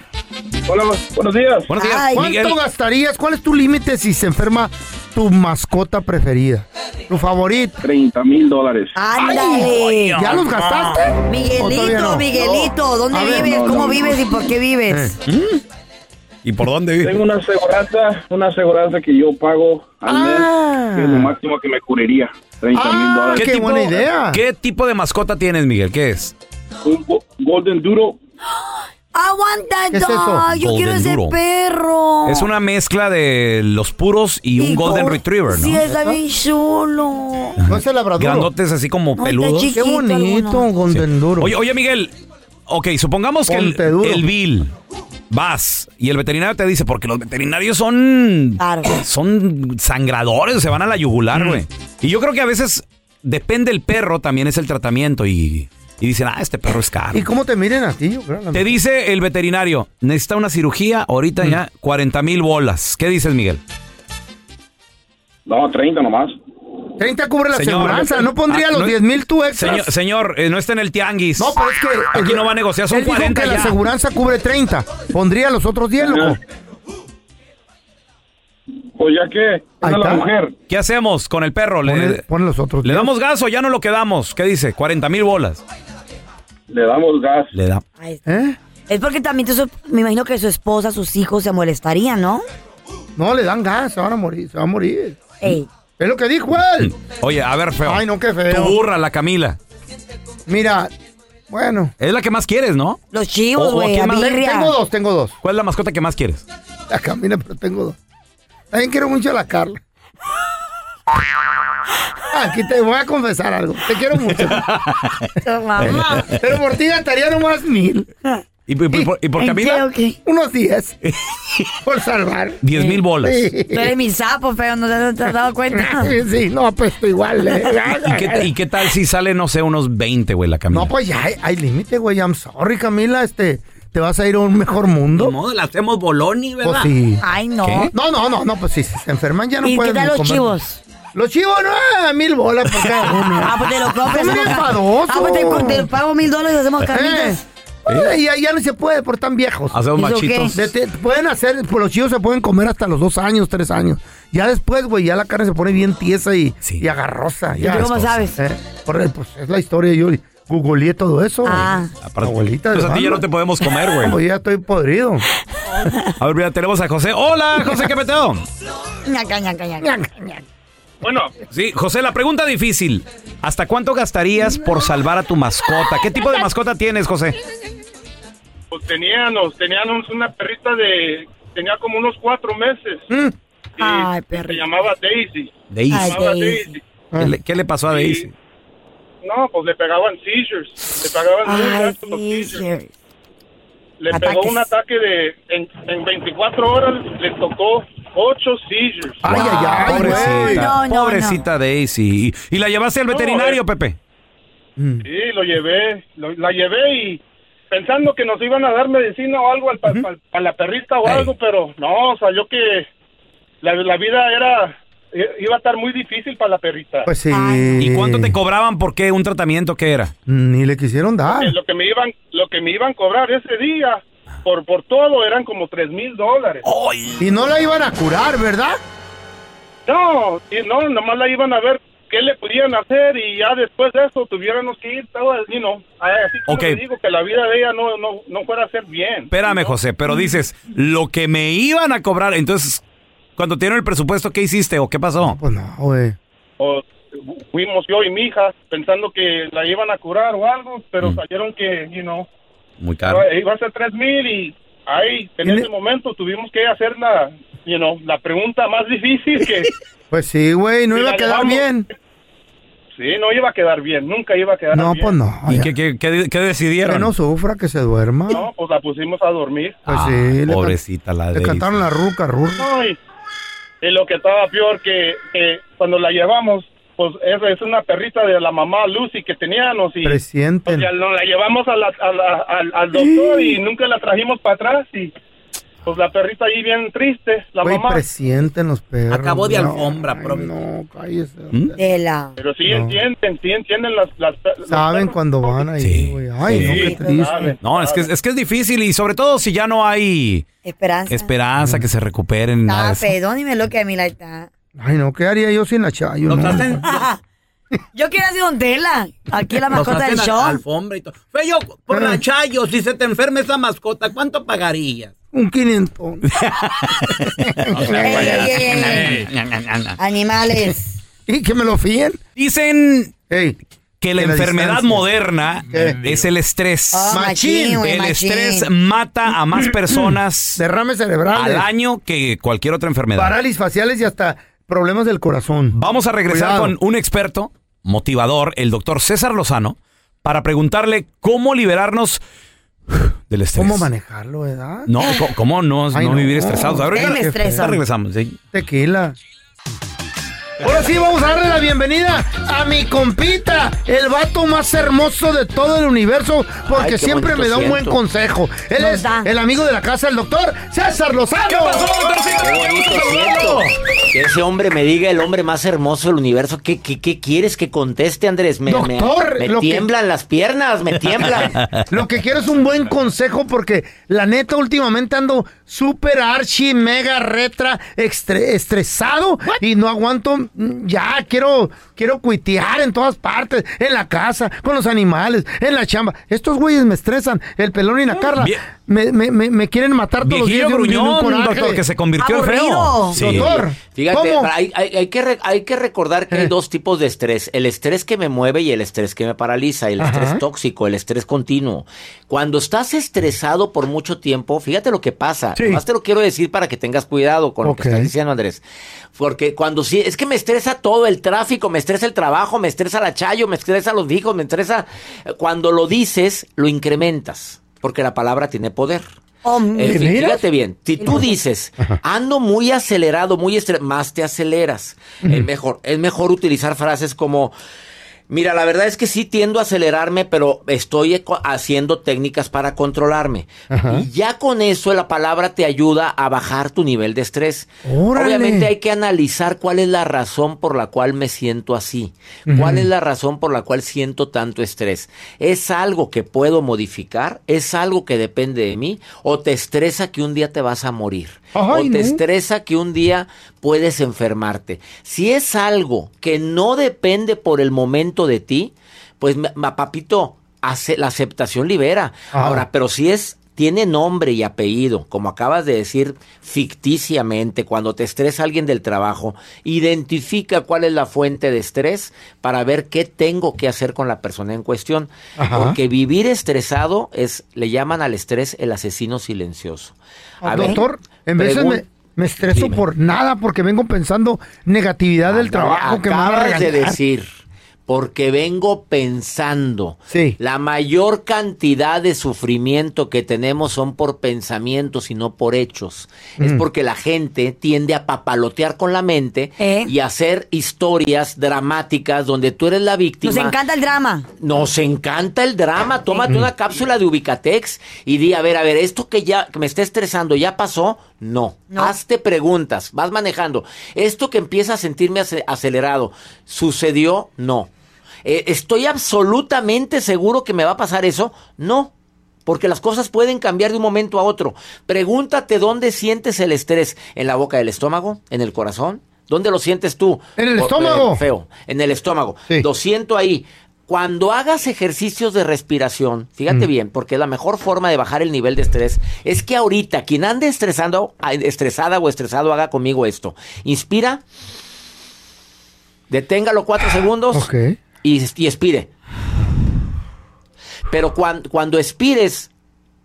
[SPEAKER 4] Hola, buenos días.
[SPEAKER 1] Buenos días,
[SPEAKER 3] Ay.
[SPEAKER 1] Miguel.
[SPEAKER 2] ¿cuánto gastarías? ¿Cuál es tu límite si se enferma tu mascota preferida? Tu Ah. favorita.
[SPEAKER 4] 30 mil dólares.
[SPEAKER 3] ¡Ándale!
[SPEAKER 2] ¿Ya los gastaste? ¿O todavía
[SPEAKER 3] Miguelito,
[SPEAKER 2] no?
[SPEAKER 3] Miguelito, ¿dónde
[SPEAKER 2] A ver,
[SPEAKER 3] vives?
[SPEAKER 4] no,
[SPEAKER 3] ¿Cómo
[SPEAKER 4] no,
[SPEAKER 3] vives y por qué vives?
[SPEAKER 2] Eh.
[SPEAKER 1] ¿Y por dónde vive?
[SPEAKER 4] Tengo una aseguranza, una aseguranza que yo pago al
[SPEAKER 2] Ah.
[SPEAKER 4] mes, que es lo máximo que me cubriría, 30 mil
[SPEAKER 2] Ah,
[SPEAKER 4] dólares.
[SPEAKER 2] qué buena idea.
[SPEAKER 1] ¿Qué tipo de mascota tienes, Miguel? ¿Qué es?
[SPEAKER 4] Un go- Golden Duro,
[SPEAKER 3] ¡Aguanta,
[SPEAKER 2] ¿Qué es eso?
[SPEAKER 3] dog! Yo
[SPEAKER 1] Golden
[SPEAKER 3] quiero ese
[SPEAKER 1] Doodle.
[SPEAKER 3] perro.
[SPEAKER 1] Es una mezcla de los puros y un
[SPEAKER 3] Y
[SPEAKER 1] Golden
[SPEAKER 3] go-
[SPEAKER 1] Retriever, ¿no?
[SPEAKER 3] Sí, está bien chulo.
[SPEAKER 2] ¿No es el labrador?
[SPEAKER 1] Grandotes así como
[SPEAKER 3] está
[SPEAKER 1] peludos.
[SPEAKER 3] chiquito.
[SPEAKER 2] Qué bonito,
[SPEAKER 3] alguno.
[SPEAKER 2] Golden Duro.
[SPEAKER 1] Oye, oye, Miguel. Ok, supongamos que el,
[SPEAKER 2] Ponte duro.
[SPEAKER 1] el Bill vas y el veterinario te dice, porque los veterinarios son.
[SPEAKER 3] Claro. Mm.
[SPEAKER 1] Son sangradores, se van a la yugular, güey. Y yo creo que a veces depende el perro, también es el tratamiento. Y, y dicen, ah, este perro es caro.
[SPEAKER 2] ¿Y cómo te miren a ti? Yo creo, la-
[SPEAKER 1] Te dice el veterinario, necesita una cirugía,
[SPEAKER 2] Mm.
[SPEAKER 1] ahorita ya 40 mil bolas. ¿Qué dices, Miguel?
[SPEAKER 4] no, 30 nomás.
[SPEAKER 2] 30 cubre la
[SPEAKER 1] Señor,
[SPEAKER 2] aseguranza. No pondría
[SPEAKER 1] ah,
[SPEAKER 2] los
[SPEAKER 1] no-
[SPEAKER 2] 10 mil tú extras.
[SPEAKER 1] Señor, señor, eh, no está en el tianguis.
[SPEAKER 2] No, pero es que.
[SPEAKER 1] Aquí no va a negociar, son
[SPEAKER 2] Él dijo
[SPEAKER 1] 40
[SPEAKER 2] que la
[SPEAKER 1] ya.
[SPEAKER 2] aseguranza cubre 30. Pondría los otros 10, loco.
[SPEAKER 4] Pues ya que,
[SPEAKER 2] Ahí
[SPEAKER 4] es
[SPEAKER 2] está.
[SPEAKER 4] la mujer.
[SPEAKER 1] ¿Qué hacemos con el perro? Le-
[SPEAKER 2] Pone, pone los otros
[SPEAKER 1] ¿Le
[SPEAKER 2] 10.
[SPEAKER 1] damos gas o ya no lo quedamos? ¿Qué dice? 40 mil bolas.
[SPEAKER 4] Le damos gas.
[SPEAKER 1] Le da.
[SPEAKER 3] Ay,
[SPEAKER 2] ¿Eh?
[SPEAKER 3] Es porque también tu- me imagino que su esposa, sus hijos se molestarían, ¿no?
[SPEAKER 2] No, le dan gas. Se van a morir. Se va a morir.
[SPEAKER 3] Ey.
[SPEAKER 2] Es lo que dijo él.
[SPEAKER 1] Mm. Oye, a ver, feo.
[SPEAKER 2] Ay, no, qué feo.
[SPEAKER 1] Tu burra, la Camila.
[SPEAKER 2] Mira, bueno.
[SPEAKER 1] Es la que más quieres, ¿no?
[SPEAKER 3] Los
[SPEAKER 1] O-
[SPEAKER 3] chivos,
[SPEAKER 1] o
[SPEAKER 3] güey,
[SPEAKER 1] quién
[SPEAKER 3] a
[SPEAKER 1] más-
[SPEAKER 3] birria.
[SPEAKER 2] Tengo dos, tengo dos.
[SPEAKER 1] ¿Cuál es la mascota que más quieres?
[SPEAKER 2] La Camila, pero tengo dos. También quiero mucho a la Carla. Aquí te voy a confesar algo. Te quiero mucho.
[SPEAKER 3] Mamá.
[SPEAKER 2] Pero por ti gastaría nomás mil.
[SPEAKER 1] ¿Y, y- y por, y por Camila?
[SPEAKER 3] ¿Qué, o qué?
[SPEAKER 2] Unos diez. Por salvar.
[SPEAKER 1] 10 mil bolas.
[SPEAKER 2] Sí.
[SPEAKER 3] Tú eres mi sapo, feo, no te, te has dado cuenta.
[SPEAKER 2] Sí, no, pues tú igual. eh.
[SPEAKER 1] ¿Y qué, y qué tal si sale, no sé, unos 20, güey, la Camila?
[SPEAKER 2] No, pues ya hay, hay límite, güey. I'm sorry, Camila. Este, ¿Te vas a ir a un mejor mundo?
[SPEAKER 5] Ni modo, la hacemos boloni,
[SPEAKER 2] Pues
[SPEAKER 5] ¿verdad?
[SPEAKER 2] sí.
[SPEAKER 3] Ay, no.
[SPEAKER 1] ¿Qué?
[SPEAKER 2] No, no, no, no, pues sí, si se enferman ya no
[SPEAKER 3] ¿Y qué
[SPEAKER 2] pueden
[SPEAKER 3] tal los
[SPEAKER 2] comer.
[SPEAKER 3] chivos?
[SPEAKER 2] Los chivos, no, ah, mil bolas por cada uno.
[SPEAKER 3] Ah, pues te lo compras.
[SPEAKER 2] No me
[SPEAKER 3] hacemos ca-
[SPEAKER 2] enfadoso.
[SPEAKER 3] Ah, pues te, te pago mil dólares y hacemos
[SPEAKER 2] Eh,
[SPEAKER 3] carnitas.
[SPEAKER 2] ay, ya, ya no se puede por tan viejos.
[SPEAKER 1] Hacemos
[SPEAKER 3] ¿Eso qué?
[SPEAKER 1] machitos.
[SPEAKER 2] De- te- pueden hacer, pues los chivos se pueden comer hasta los dos años, tres años. Ya después, güey, ya la carne se pone bien tiesa y,
[SPEAKER 1] Sí.
[SPEAKER 2] y agarrosa.
[SPEAKER 3] tú
[SPEAKER 2] Ya.
[SPEAKER 3] cómo sabes?
[SPEAKER 2] Eh, por- pues es la historia, yo googleé todo eso.
[SPEAKER 3] Ah.
[SPEAKER 1] Aparte-
[SPEAKER 2] Abuelita de
[SPEAKER 1] Pues a ti ya
[SPEAKER 2] banda.
[SPEAKER 1] no te podemos comer, güey.
[SPEAKER 2] Pues ya estoy podrido.
[SPEAKER 1] A ver, mira, tenemos a José. Hola, José, ¿qué peteo?
[SPEAKER 3] Ñaca, ñaca, ñaca.
[SPEAKER 4] Bueno,
[SPEAKER 1] Sí, José, la pregunta difícil. ¿Hasta cuánto gastarías por salvar a tu mascota? ¿Qué tipo de mascota tienes, José?
[SPEAKER 4] pues tenían, tenían una perrita de, tenía como unos cuatro meses.
[SPEAKER 2] Mm.
[SPEAKER 3] Ay, perrito.
[SPEAKER 4] llamaba Daisy.
[SPEAKER 1] Daisy.
[SPEAKER 3] Ay, Daisy.
[SPEAKER 1] ¿Qué le, qué le pasó a Daisy?
[SPEAKER 4] No, pues le pegaban seizures. Le pegaban
[SPEAKER 3] Ay,
[SPEAKER 4] por
[SPEAKER 3] sí.
[SPEAKER 4] Le
[SPEAKER 3] Ataques.
[SPEAKER 4] pegó un ataque de. En, en 24 horas le tocó 8 seizures.
[SPEAKER 2] Ay, ay, ay, güey.
[SPEAKER 1] pobrecita.
[SPEAKER 3] No, no,
[SPEAKER 1] pobrecita Daisy. ¿Y, y la llevaste al
[SPEAKER 4] No,
[SPEAKER 1] veterinario,
[SPEAKER 4] eh.
[SPEAKER 1] Pepe?
[SPEAKER 2] Mm.
[SPEAKER 4] Sí, lo llevé. lo- la llevé y pensando que nos iban a dar medicina o algo al pa- pa- pa la perrita o
[SPEAKER 1] Ey.
[SPEAKER 4] algo, pero no, salió que la, la vida era. i- iba a estar muy difícil para la perrita.
[SPEAKER 2] Pues sí.
[SPEAKER 3] Ay.
[SPEAKER 1] ¿Y cuánto te cobraban por qué un tratamiento que era?
[SPEAKER 2] Ni le quisieron dar.
[SPEAKER 4] Eh, Lo que me iban lo que me iban a cobrar ese día por por todo eran como 3 mil dólares.
[SPEAKER 2] Y no la iban a curar, ¿verdad?
[SPEAKER 4] No, y no, nomás la iban a ver qué le podían hacer y ya después de eso tuviéramos que ir, todo el- you know, así como
[SPEAKER 1] Ok.
[SPEAKER 4] le digo que la vida de ella no, no, no fuera a ser bien.
[SPEAKER 1] Espérame,
[SPEAKER 4] ¿no?
[SPEAKER 1] José, pero dices, lo que me iban a cobrar. Entonces, cuando tienen el presupuesto, ¿qué hiciste o qué pasó?
[SPEAKER 2] Pues no, güey.
[SPEAKER 4] O, fuimos yo y mi hija pensando que la iban a curar o algo, pero salieron que, you know,
[SPEAKER 1] Muy caro.
[SPEAKER 4] iba a ser tres mil y ahí, en
[SPEAKER 2] Y le-
[SPEAKER 4] ese momento tuvimos que hacer la, you know, la pregunta más difícil que
[SPEAKER 2] Pues sí, güey, no
[SPEAKER 4] Y
[SPEAKER 2] iba a
[SPEAKER 4] la
[SPEAKER 2] quedar
[SPEAKER 4] llevamos.
[SPEAKER 2] bien.
[SPEAKER 4] sí, no iba a quedar bien, nunca iba a quedar
[SPEAKER 2] No,
[SPEAKER 4] bien.
[SPEAKER 2] pues no.
[SPEAKER 1] ¿Y
[SPEAKER 2] ya.
[SPEAKER 1] qué, qué- qué- qué
[SPEAKER 2] Que
[SPEAKER 1] decidieron?
[SPEAKER 2] no sufra, que se duerma.
[SPEAKER 4] No, pues la pusimos a dormir.
[SPEAKER 2] Pues
[SPEAKER 1] Ah,
[SPEAKER 2] sí. le can-
[SPEAKER 1] pobrecita la
[SPEAKER 2] Le
[SPEAKER 1] Daisy.
[SPEAKER 2] cantaron la ruca, ruca.
[SPEAKER 4] No, y, y lo que estaba peor que, que cuando la llevamos, pues esa es una perrita de la mamá Lucy que teníamos y o
[SPEAKER 2] Presienten.
[SPEAKER 4] sea, nos la llevamos a la- a la- al, al doctor y nunca la trajimos para atrás y pues la perrita ahí bien triste, la
[SPEAKER 2] Güey,
[SPEAKER 4] mamá.
[SPEAKER 2] presienten los perros.
[SPEAKER 5] Acabó de
[SPEAKER 2] No,
[SPEAKER 5] alfombra,
[SPEAKER 2] ay,
[SPEAKER 5] profe.
[SPEAKER 2] No, cállese.
[SPEAKER 1] ¿Mm?
[SPEAKER 3] De la.
[SPEAKER 4] Pero sí
[SPEAKER 2] No.
[SPEAKER 4] entienden, sí entienden las... las las-
[SPEAKER 2] Saben
[SPEAKER 4] las-
[SPEAKER 2] cuando van ahí,
[SPEAKER 1] Sí.
[SPEAKER 2] güey. Ay,
[SPEAKER 1] Sí.
[SPEAKER 2] no,
[SPEAKER 4] Sí,
[SPEAKER 2] qué triste.
[SPEAKER 4] saben,
[SPEAKER 1] No, es que, es que es difícil y sobre todo si ya no hay
[SPEAKER 3] Esperanza.
[SPEAKER 1] esperanza que se recuperen. nada de
[SPEAKER 3] Ah,
[SPEAKER 1] eso.
[SPEAKER 3] perdóneme lo que a mí la está.
[SPEAKER 2] Ay, no, ¿qué haría yo sin la chayo?
[SPEAKER 5] Nos
[SPEAKER 2] no?
[SPEAKER 1] pues,
[SPEAKER 5] hacen,
[SPEAKER 3] Yo quiero hacer Don Tela. Aquí la
[SPEAKER 5] nos
[SPEAKER 3] mascota
[SPEAKER 5] hacen
[SPEAKER 3] del
[SPEAKER 5] al-
[SPEAKER 3] show.
[SPEAKER 5] alfombra y todo. Feyo, por
[SPEAKER 2] Ah.
[SPEAKER 5] la chayo, si se te enferma esa mascota, ¿cuánto pagarías?
[SPEAKER 2] Un quinientón.
[SPEAKER 3] Ey, ey, ey, ey, ey. Animales.
[SPEAKER 2] ¿Y que me lo fíen?
[SPEAKER 1] Dicen
[SPEAKER 2] Ey,
[SPEAKER 1] que la
[SPEAKER 2] Que la
[SPEAKER 1] enfermedad
[SPEAKER 2] distancia.
[SPEAKER 1] moderna
[SPEAKER 2] ¿Qué?
[SPEAKER 1] es el estrés.
[SPEAKER 3] Oh,
[SPEAKER 2] Machín,
[SPEAKER 3] machín, güey,
[SPEAKER 1] el
[SPEAKER 3] machín.
[SPEAKER 1] estrés mata a más personas
[SPEAKER 2] derrames
[SPEAKER 1] al
[SPEAKER 2] cerebrales,
[SPEAKER 1] año que cualquier otra enfermedad.
[SPEAKER 2] parálisis faciales y hasta problemas del corazón.
[SPEAKER 1] Vamos a regresar
[SPEAKER 2] Cuidado.
[SPEAKER 1] con un experto motivador, el doctor César Lozano, para preguntarle cómo liberarnos del estrés.
[SPEAKER 2] ¿Cómo manejarlo, verdad?
[SPEAKER 1] No, co- ¿cómo no,
[SPEAKER 2] Ay,
[SPEAKER 1] no
[SPEAKER 2] no.
[SPEAKER 1] vivir estresados? Ahorita,
[SPEAKER 3] Él me estresa.
[SPEAKER 1] ahorita regresamos. sí.
[SPEAKER 2] Tequila. Ahora sí, vamos a darle la bienvenida a mi compita, el vato más hermoso de todo el universo, porque siempre me da un buen consejo. Él
[SPEAKER 3] Nos
[SPEAKER 2] es
[SPEAKER 3] da.
[SPEAKER 2] el amigo de la casa, el doctor César Lozano. ¿Qué pasó,
[SPEAKER 6] Que ese hombre me diga el hombre más hermoso del universo. ¿Qué, qué, qué quieres que conteste, Andrés? Me, me-
[SPEAKER 2] Doctor,
[SPEAKER 6] me
[SPEAKER 2] lo que-
[SPEAKER 6] tiemblan las piernas, me tiemblan.
[SPEAKER 2] Lo que quiero es un buen consejo porque la neta últimamente ando súper archi, mega retra, estre- estresado y no aguanto. mm, Ya quiero quiero cuitear en todas partes, en la casa, con los animales, en la chamba. Estos güeyes me estresan, el pelón y la Carla.
[SPEAKER 1] vie-
[SPEAKER 2] Me, me- me- me quieren matar todos los días.
[SPEAKER 1] Viejillo
[SPEAKER 2] de un- de un
[SPEAKER 1] gruñón,
[SPEAKER 2] coraje.
[SPEAKER 1] doctor, que se convirtió
[SPEAKER 3] Aburrido.
[SPEAKER 1] en feo. Sí.
[SPEAKER 2] Doctor,
[SPEAKER 6] Fíjate,
[SPEAKER 2] ¿cómo? Eh.
[SPEAKER 6] hay, hay- hay que re- hay que recordar que hay dos tipos de estrés. El estrés que me mueve y el estrés que me paraliza. El estrés tóxico, el estrés continuo. Cuando estás estresado por mucho tiempo, fíjate lo que pasa.
[SPEAKER 2] Sí.
[SPEAKER 6] Más te lo quiero decir para que tengas cuidado con lo
[SPEAKER 2] Ok.
[SPEAKER 6] que estás diciendo, Andrés. Porque cuando sí, es que me estresa todo el tráfico, me estresa el trabajo, me estresa la chayo, me estresa los hijos, me estresa... eh, Cuando lo dices, lo incrementas. Porque la palabra tiene poder.
[SPEAKER 3] Oh,
[SPEAKER 6] Eh,
[SPEAKER 2] ¿De
[SPEAKER 6] fí-
[SPEAKER 2] veras?
[SPEAKER 6] fíjate bien, si tú dices, ando muy acelerado, muy estre- más te aceleras. Es mejor, es mejor utilizar frases como, mira, la verdad es que sí tiendo a acelerarme, pero estoy eco- haciendo técnicas para controlarme. Y ya con eso la palabra te ayuda a bajar tu nivel de estrés.
[SPEAKER 2] Órale.
[SPEAKER 6] Obviamente hay que analizar cuál es la razón por la cual me siento así. ¿Cuál es la razón por la cual siento tanto estrés? ¿Es algo que puedo modificar? ¿Es algo que depende de mí? ¿O te estresa que un día te vas a morir?
[SPEAKER 2] Ay,
[SPEAKER 6] ¿O
[SPEAKER 2] no.
[SPEAKER 6] te estresa que un día puedes enfermarte? Si es algo que no depende por el momento de ti, pues ma- ma- papito, ace- la aceptación libera.
[SPEAKER 2] Ah.
[SPEAKER 6] Ahora, pero si es tiene nombre y apellido, como acabas de decir, ficticiamente, cuando te estresa alguien del trabajo, identifica cuál es la fuente de estrés para ver qué tengo que hacer con la persona en cuestión.
[SPEAKER 2] Ajá.
[SPEAKER 6] Porque vivir estresado es, le llaman al estrés el asesino silencioso. A ver,
[SPEAKER 2] Doctor, en veces
[SPEAKER 6] pregun-
[SPEAKER 2] me, me estreso
[SPEAKER 6] Dime.
[SPEAKER 2] por nada porque vengo pensando negatividad del
[SPEAKER 6] Ándale,
[SPEAKER 2] trabajo que me van a
[SPEAKER 6] acabas de
[SPEAKER 2] regañar.
[SPEAKER 6] decir, porque vengo pensando.
[SPEAKER 2] Sí.
[SPEAKER 6] La mayor cantidad de sufrimiento que tenemos son por pensamientos y no por hechos. Es
[SPEAKER 2] Mm.
[SPEAKER 6] porque la gente tiende a papalotear con la mente
[SPEAKER 3] Eh.
[SPEAKER 6] y hacer historias dramáticas donde tú eres la víctima.
[SPEAKER 3] Nos encanta el drama.
[SPEAKER 6] Nos encanta el drama.
[SPEAKER 2] Mm.
[SPEAKER 6] Tómate una cápsula de Ubicatex y di, a ver, a ver, esto que ya que me está estresando, ¿ya pasó? No.
[SPEAKER 3] No.
[SPEAKER 6] Hazte preguntas, vas manejando. Esto que empieza a sentirme ace- acelerado, ¿sucedió? No. Eh, ¿Estoy absolutamente seguro que me va a pasar eso? No. Porque las cosas pueden cambiar de un momento a otro. Pregúntate dónde sientes el estrés. ¿En la boca del estómago? ¿En el corazón? ¿Dónde lo sientes tú?
[SPEAKER 2] En el
[SPEAKER 6] O- eh,
[SPEAKER 2] estómago.
[SPEAKER 6] feo. En el estómago.
[SPEAKER 2] Sí.
[SPEAKER 6] Lo siento ahí. Cuando hagas ejercicios de respiración,
[SPEAKER 2] Mm.
[SPEAKER 6] fíjate bien, porque la mejor forma de bajar el nivel de estrés es que ahorita quien ande estresando, a- estresada o estresado, haga conmigo esto. Inspira, deténgalo cuatro segundos
[SPEAKER 2] Ok.
[SPEAKER 6] y, y expire. Pero cuan- cuando expires,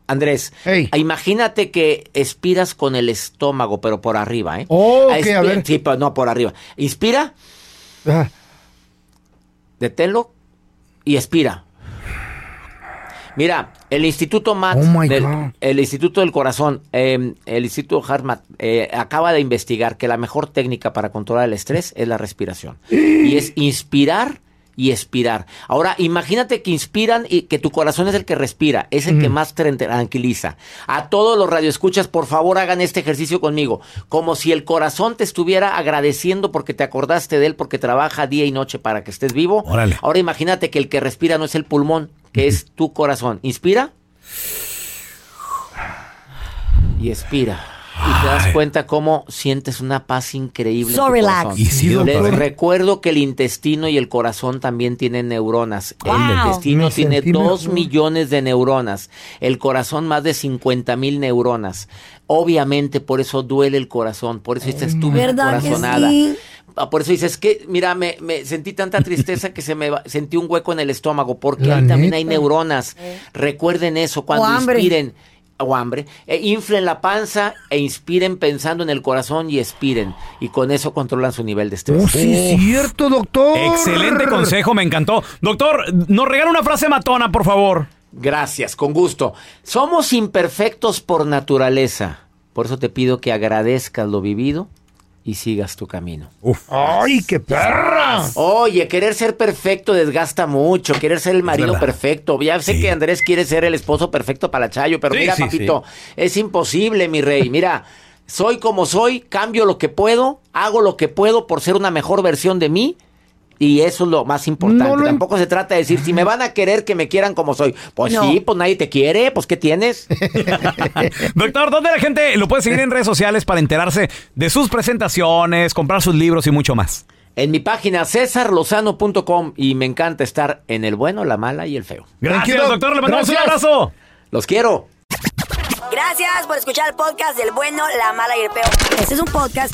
[SPEAKER 6] Andrés,
[SPEAKER 2] Ey.
[SPEAKER 6] imagínate que expiras con el estómago, pero por arriba, ¿eh?
[SPEAKER 2] Oh, ok, a
[SPEAKER 6] Expi-
[SPEAKER 2] ver.
[SPEAKER 6] Sí, pa- no, por arriba. Inspira,
[SPEAKER 2] Ah,
[SPEAKER 6] deténlo y expira. Mira, el Instituto MAT,
[SPEAKER 2] Oh, my
[SPEAKER 6] del-
[SPEAKER 2] God.
[SPEAKER 6] el Instituto del Corazón, eh, el Instituto HeartMath eh, acaba de investigar que la mejor técnica para controlar el estrés es la respiración. y es inspirar y expirar. Ahora, imagínate que inspiran y que tu corazón es el que respira, es el
[SPEAKER 2] Mm.
[SPEAKER 6] que más te tranquiliza. A todos los radioescuchas, por favor, hagan este ejercicio conmigo, como si el corazón te estuviera agradeciendo porque te acordaste de él, porque trabaja día y noche para que estés vivo.
[SPEAKER 1] Órale.
[SPEAKER 6] Ahora imagínate que el que respira no es el pulmón, que es tu corazón. Inspira y expira. y te das cuenta cómo sientes una paz increíble. en
[SPEAKER 3] So
[SPEAKER 6] tu
[SPEAKER 3] relax.
[SPEAKER 6] corazón.
[SPEAKER 1] Y sí,
[SPEAKER 6] Les
[SPEAKER 1] doctor.
[SPEAKER 6] recuerdo que el intestino y el corazón también tienen neuronas.
[SPEAKER 3] Wow.
[SPEAKER 6] El intestino
[SPEAKER 2] Me
[SPEAKER 6] tiene
[SPEAKER 2] sentí
[SPEAKER 6] 2
[SPEAKER 2] mejor.
[SPEAKER 6] millones de neuronas, el corazón más de 50 mil neuronas. Obviamente por eso duele el corazón, por eso dices tú
[SPEAKER 3] ¿Verdad que
[SPEAKER 6] corazonada.
[SPEAKER 3] sí?
[SPEAKER 6] Ah, Por eso dices que, mira, me, me sentí tanta tristeza que se me va- sentí un hueco en el estómago, porque
[SPEAKER 2] La
[SPEAKER 6] ahí también hay
[SPEAKER 2] neta.
[SPEAKER 6] neuronas. Recuerden eso cuando
[SPEAKER 3] O hambre.
[SPEAKER 6] inspiren o hambre, e inflen la panza e inspiren pensando en el corazón y expiren y con eso controlan su nivel de estrés.
[SPEAKER 2] Oh, sí, es cierto, doctor.
[SPEAKER 1] Excelente consejo, me encantó. Doctor, nos regala una frase matona, por favor.
[SPEAKER 6] Gracias, con gusto. Somos imperfectos por naturaleza. Por eso te pido que agradezcas lo vivido y sigas tu camino.
[SPEAKER 2] ¡Ay, qué perra!
[SPEAKER 6] Oye, querer ser perfecto desgasta mucho. Querer ser el marido
[SPEAKER 1] verdad.
[SPEAKER 6] perfecto. Ya sé que Andrés quiere ser el esposo perfecto para la Chayo, pero
[SPEAKER 1] Sí,
[SPEAKER 6] mira,
[SPEAKER 1] sí,
[SPEAKER 6] papito, es imposible, mi rey. Mira, soy como soy, cambio lo que puedo, hago lo que puedo por ser una mejor versión de mí. Y eso es lo más importante.
[SPEAKER 2] No lo
[SPEAKER 6] Tampoco se trata de decir, si me van a querer, que me quieran como soy. Pues
[SPEAKER 3] No.
[SPEAKER 6] sí, pues nadie te quiere, pues ¿qué tienes?
[SPEAKER 1] Doctor, ¿dónde la gente lo puede seguir en redes sociales para enterarse de sus presentaciones, comprar sus libros y mucho más?
[SPEAKER 6] En mi página cesarlozano.com y me encanta estar en el bueno, la mala y el feo.
[SPEAKER 1] Gracias,
[SPEAKER 2] Thank you, doc.
[SPEAKER 1] doctor. Le mandamos un
[SPEAKER 2] Gracias.
[SPEAKER 1] abrazo.
[SPEAKER 6] Los quiero.
[SPEAKER 3] Gracias por escuchar el podcast del bueno, la mala y el peo. Este es un podcast